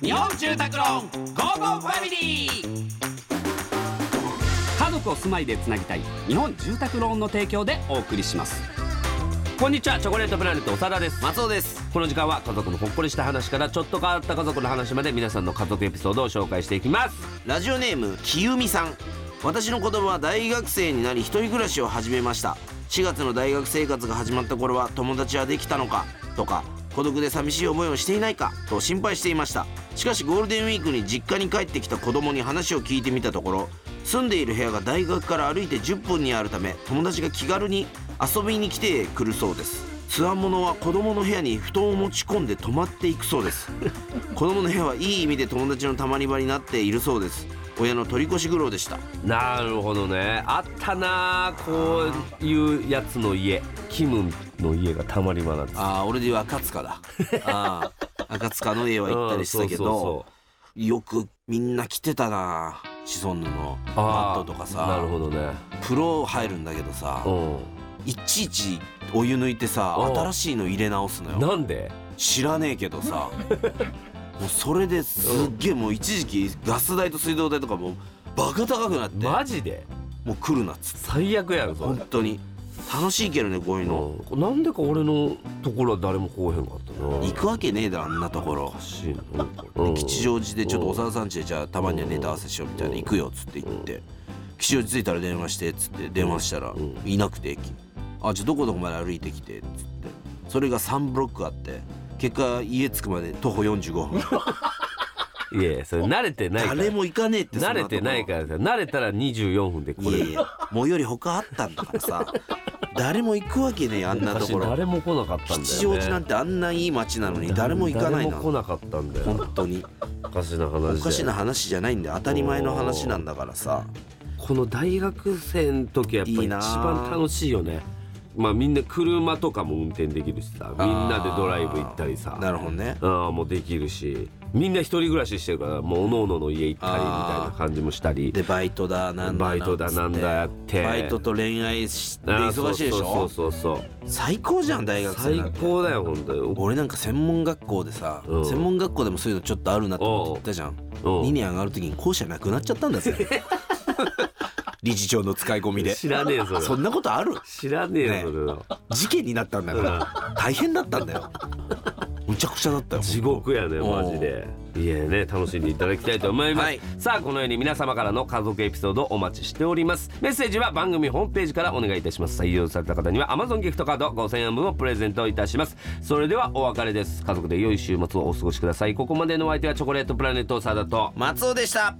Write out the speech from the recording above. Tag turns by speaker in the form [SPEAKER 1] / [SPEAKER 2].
[SPEAKER 1] 日本住宅ローンゴーゴーファミリー家族を住まいでつなぎたい日本住宅ローンの提供でお送りしますこんにちはチョコレートプラネット長田です
[SPEAKER 2] 松尾です
[SPEAKER 1] この時間は家族のほっこりした話からちょっと変わった家族の話まで皆さんの家族エピソードを紹介していきます
[SPEAKER 2] ラジオネームきゆみさん私の子供は大学生になり一人暮らしを始めました4月の大学生活が始まった頃は友達はできたのかとか孤独で寂しい思いをしていないかと心配していましたしかしゴールデンウィークに実家に帰ってきた子供に話を聞いてみたところ住んでいる部屋が大学から歩いて10分にあるため友達が気軽に遊びに来てくるそうですつわものは子供の部屋に布団を持ち込んで泊まっていくそうです 子供の部屋はいい意味で友達のたまり場になっているそうです親の取り越し苦労でした
[SPEAKER 1] なるほどねあったなこういうやつの家キムの家がたまり場なんです
[SPEAKER 2] ああ俺で言う赤塚だ ああ赤塚の家は行ったりしたけど
[SPEAKER 1] うんそうそうそう
[SPEAKER 2] よくみんな来てたなシソンヌのマッ
[SPEAKER 1] あー
[SPEAKER 2] トとか
[SPEAKER 1] な
[SPEAKER 2] さ
[SPEAKER 1] るほどね
[SPEAKER 2] プロ入るんだけどさ
[SPEAKER 1] う
[SPEAKER 2] いちいちお湯抜いてさ
[SPEAKER 1] うん
[SPEAKER 2] 新しいの入れ直すの
[SPEAKER 1] ん
[SPEAKER 2] よ
[SPEAKER 1] なんで
[SPEAKER 2] 知らねえけ どさもうそれですっげえもう一時期ガス代と水道代とかもうバカ高くなって
[SPEAKER 1] マジで
[SPEAKER 2] もう来るなっつって
[SPEAKER 1] 最悪やろそ
[SPEAKER 2] 本
[SPEAKER 1] れ
[SPEAKER 2] 当に楽しいけどねこういうの
[SPEAKER 1] うんなんでか俺のところは誰も来おへんかったな
[SPEAKER 2] 行くわけねえだろあんなところ
[SPEAKER 1] おかしいななんかうん
[SPEAKER 2] 吉祥寺でちょっと小沢さんちでじゃあたまにはネタ合わせしようみたいな行くよっつって言って吉祥寺着いたら電話してっつって電話したらいなくて駅あじゃあどこどこまで歩いてきてっつってそれが3ブロックあって結果家着くまで徒歩45分
[SPEAKER 1] いやいやそれ慣れてないから
[SPEAKER 2] 誰も行かねえって
[SPEAKER 1] 慣れてないかららさ慣れたら24分で来
[SPEAKER 2] いや
[SPEAKER 1] れ
[SPEAKER 2] い
[SPEAKER 1] る
[SPEAKER 2] や最寄り他あったんだか らさ誰も行くわけねえあんなと
[SPEAKER 1] 私
[SPEAKER 2] ころ
[SPEAKER 1] 誰も来なかったんだよね
[SPEAKER 2] 吉祥寺なんてあんないい街なのに誰も行かない
[SPEAKER 1] 誰
[SPEAKER 2] な
[SPEAKER 1] も来なかったんだよ
[SPEAKER 2] 本当に
[SPEAKER 1] おかしな話
[SPEAKER 2] お
[SPEAKER 1] で
[SPEAKER 2] かしな話じゃないんだよ当たり前の話なんだからさ
[SPEAKER 1] この大学生の時はやっぱ
[SPEAKER 2] い
[SPEAKER 1] り
[SPEAKER 2] い
[SPEAKER 1] 一
[SPEAKER 2] な
[SPEAKER 1] 番楽しいよねまあみんな車とかも運転できるしさみんなでドライブ行ったりさ
[SPEAKER 2] なるほどね
[SPEAKER 1] ああもうできるしみんな一人暮らししてるからもうおのおのの家行ったりみたいな感じもしたり
[SPEAKER 2] でバイトだなんだ
[SPEAKER 1] バイトだなんだやって
[SPEAKER 2] バイトと恋愛しで
[SPEAKER 1] ああ
[SPEAKER 2] 忙しいでしょ
[SPEAKER 1] そうそうそうそう
[SPEAKER 2] 最高じゃん大学生
[SPEAKER 1] 最
[SPEAKER 2] なんて
[SPEAKER 1] 高だよ本当に
[SPEAKER 2] 俺なんか専門学校でさ、
[SPEAKER 1] うん
[SPEAKER 2] 専門学校でもそういうのちょっとあるなと思って言ったじゃん
[SPEAKER 1] おう
[SPEAKER 2] 2年上がる時に校舎なくなっちゃったんだ ぜ理事長の使い込みで
[SPEAKER 1] 知らねえそれ
[SPEAKER 2] そんなことある
[SPEAKER 1] 知らねえよそれは
[SPEAKER 2] 事件になったんだから大変だったんだよむちゃくちゃだったよ
[SPEAKER 1] 地獄やねマジでいやね楽しんでいただきたいと思います、
[SPEAKER 2] はい
[SPEAKER 1] さあこのように皆様からの家族エピソードをお待ちしておりますメッセージは番組ホームページからお願いいたします採用された方には Amazon ギフトカード5000円分をプレゼントいたしますそれではお別れです家族で良い週末をお過ごしくださいここまでのお相手はチョコレートプラネットサダと
[SPEAKER 2] 松尾でした